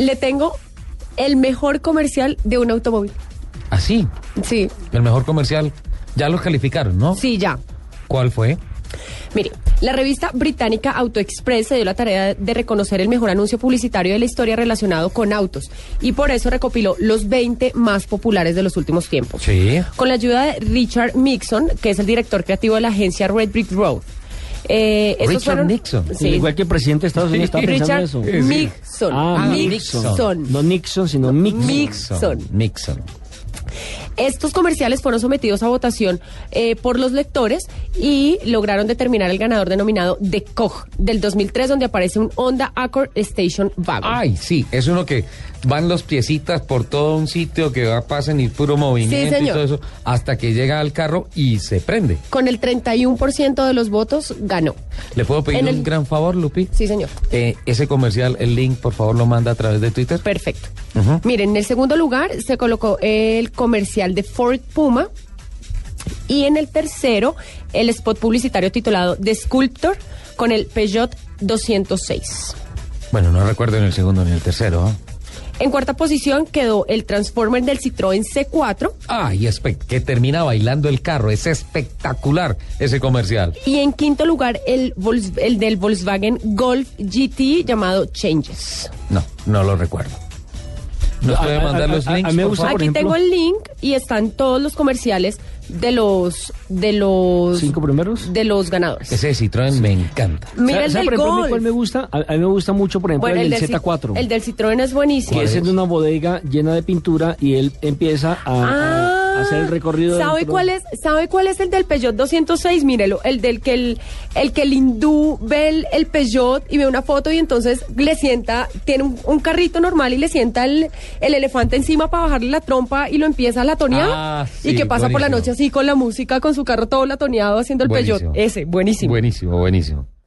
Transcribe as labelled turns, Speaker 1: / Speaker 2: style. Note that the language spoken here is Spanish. Speaker 1: Le tengo el mejor comercial de un automóvil.
Speaker 2: Así,
Speaker 1: Sí,
Speaker 2: el mejor comercial. Ya los calificaron, ¿no?
Speaker 1: sí, ya.
Speaker 2: ¿Cuál fue?
Speaker 1: Mire, la revista británica Auto Express se dio la tarea de reconocer el mejor anuncio publicitario de la historia relacionado con autos y por eso recopiló los 20 más populares de los últimos tiempos.
Speaker 2: Sí.
Speaker 1: Con la ayuda de Richard Nixon, que es el director creativo de la agencia Red Brick Road. Eh, esos
Speaker 2: Richard
Speaker 1: fueron-
Speaker 2: Nixon.
Speaker 1: Sí.
Speaker 3: Igual que el presidente de Estados Unidos estaba pensando
Speaker 1: Richard
Speaker 3: en eso.
Speaker 1: Nixon.
Speaker 3: Ah,
Speaker 1: Nixon.
Speaker 3: No Nixon, sino Mixon.
Speaker 1: Mixon.
Speaker 2: Nixon.
Speaker 1: Estos comerciales fueron sometidos a votación eh, por los lectores y lograron determinar el ganador denominado The Koch del 2003, donde aparece un Honda Accord Station Wagon.
Speaker 2: Ay, sí, es uno que van los piecitas por todo un sitio que va, pasan y puro movimiento y
Speaker 1: señor.
Speaker 2: todo eso, hasta que llega al carro y se prende.
Speaker 1: Con el 31% de los votos ganó.
Speaker 2: ¿Le puedo pedir
Speaker 1: En
Speaker 2: un
Speaker 1: el-
Speaker 2: gran favor, Lupi?
Speaker 1: Sí, señor.
Speaker 2: Eh, ese comercial, el link, por favor, lo manda a través de Twitter.
Speaker 1: Perfecto.
Speaker 2: Ujú.
Speaker 1: Miren, en el segundo lugar se colocó el comercial de Ford Puma y en el tercero el spot publicitario titulado The Sculptor con el Peugeot 206.
Speaker 2: Bueno, no recuerdo en el segundo ni el tercero. ¿ah?
Speaker 1: En cuarta posición quedó el Transformer del Citroën C4
Speaker 2: Ay, espe- que termina bailando el carro. Es espectacular ese comercial.
Speaker 1: y en quinto lugar el, Volks- el del Volkswagen Golf GT llamado
Speaker 3: Ah,
Speaker 1: Changes.
Speaker 2: No, no lo recuerdo. ¿Nos
Speaker 3: A-
Speaker 2: puede
Speaker 3: a-
Speaker 2: mandar
Speaker 3: a-
Speaker 2: los
Speaker 3: a- a
Speaker 2: links?
Speaker 3: mí me
Speaker 2: por
Speaker 3: gusta-
Speaker 2: favor?
Speaker 1: Aquí
Speaker 3: ejemplo-
Speaker 1: tengo el link y están todos los comerciales de los de los
Speaker 3: ¿Cinco primeros?
Speaker 1: de los ganadores.
Speaker 2: Ese de Citroën me encanta.
Speaker 1: Mira
Speaker 3: ¿Sabe-
Speaker 1: el
Speaker 3: sabe,
Speaker 1: del
Speaker 3: por ejemplo, a mí
Speaker 1: Golf.
Speaker 3: cuál me gusta? A, a mí me gusta mucho, por ejemplo,
Speaker 1: Bueno,
Speaker 3: el, del
Speaker 1: del Cit-
Speaker 3: Z4.
Speaker 1: El del Citroën es buenísimo.
Speaker 3: que es en una bodega llena de pintura y él empieza a, a- a hacer el recorrido.
Speaker 1: Ah. ¿Sabe
Speaker 3: dentro-
Speaker 1: cuál es? ¿Sabe cuál es el del Peugeot 206? Mírelo, el del que el, el que el hindú ve el, el Peugeot y ve una foto y entonces le sienta, tiene un, un carrito normal y le sienta el, el elefante encima para bajarle la trompa y lo empieza a latonear
Speaker 2: Ah,
Speaker 1: y
Speaker 2: sí,
Speaker 1: que pasa por la
Speaker 2: buenísimo.
Speaker 1: noche así con la música, con su carro todo latoneado haciendo el
Speaker 2: Buenísimo.
Speaker 1: Peugeot. Ese, buenísimo.
Speaker 2: Buenísimo, buenísimo.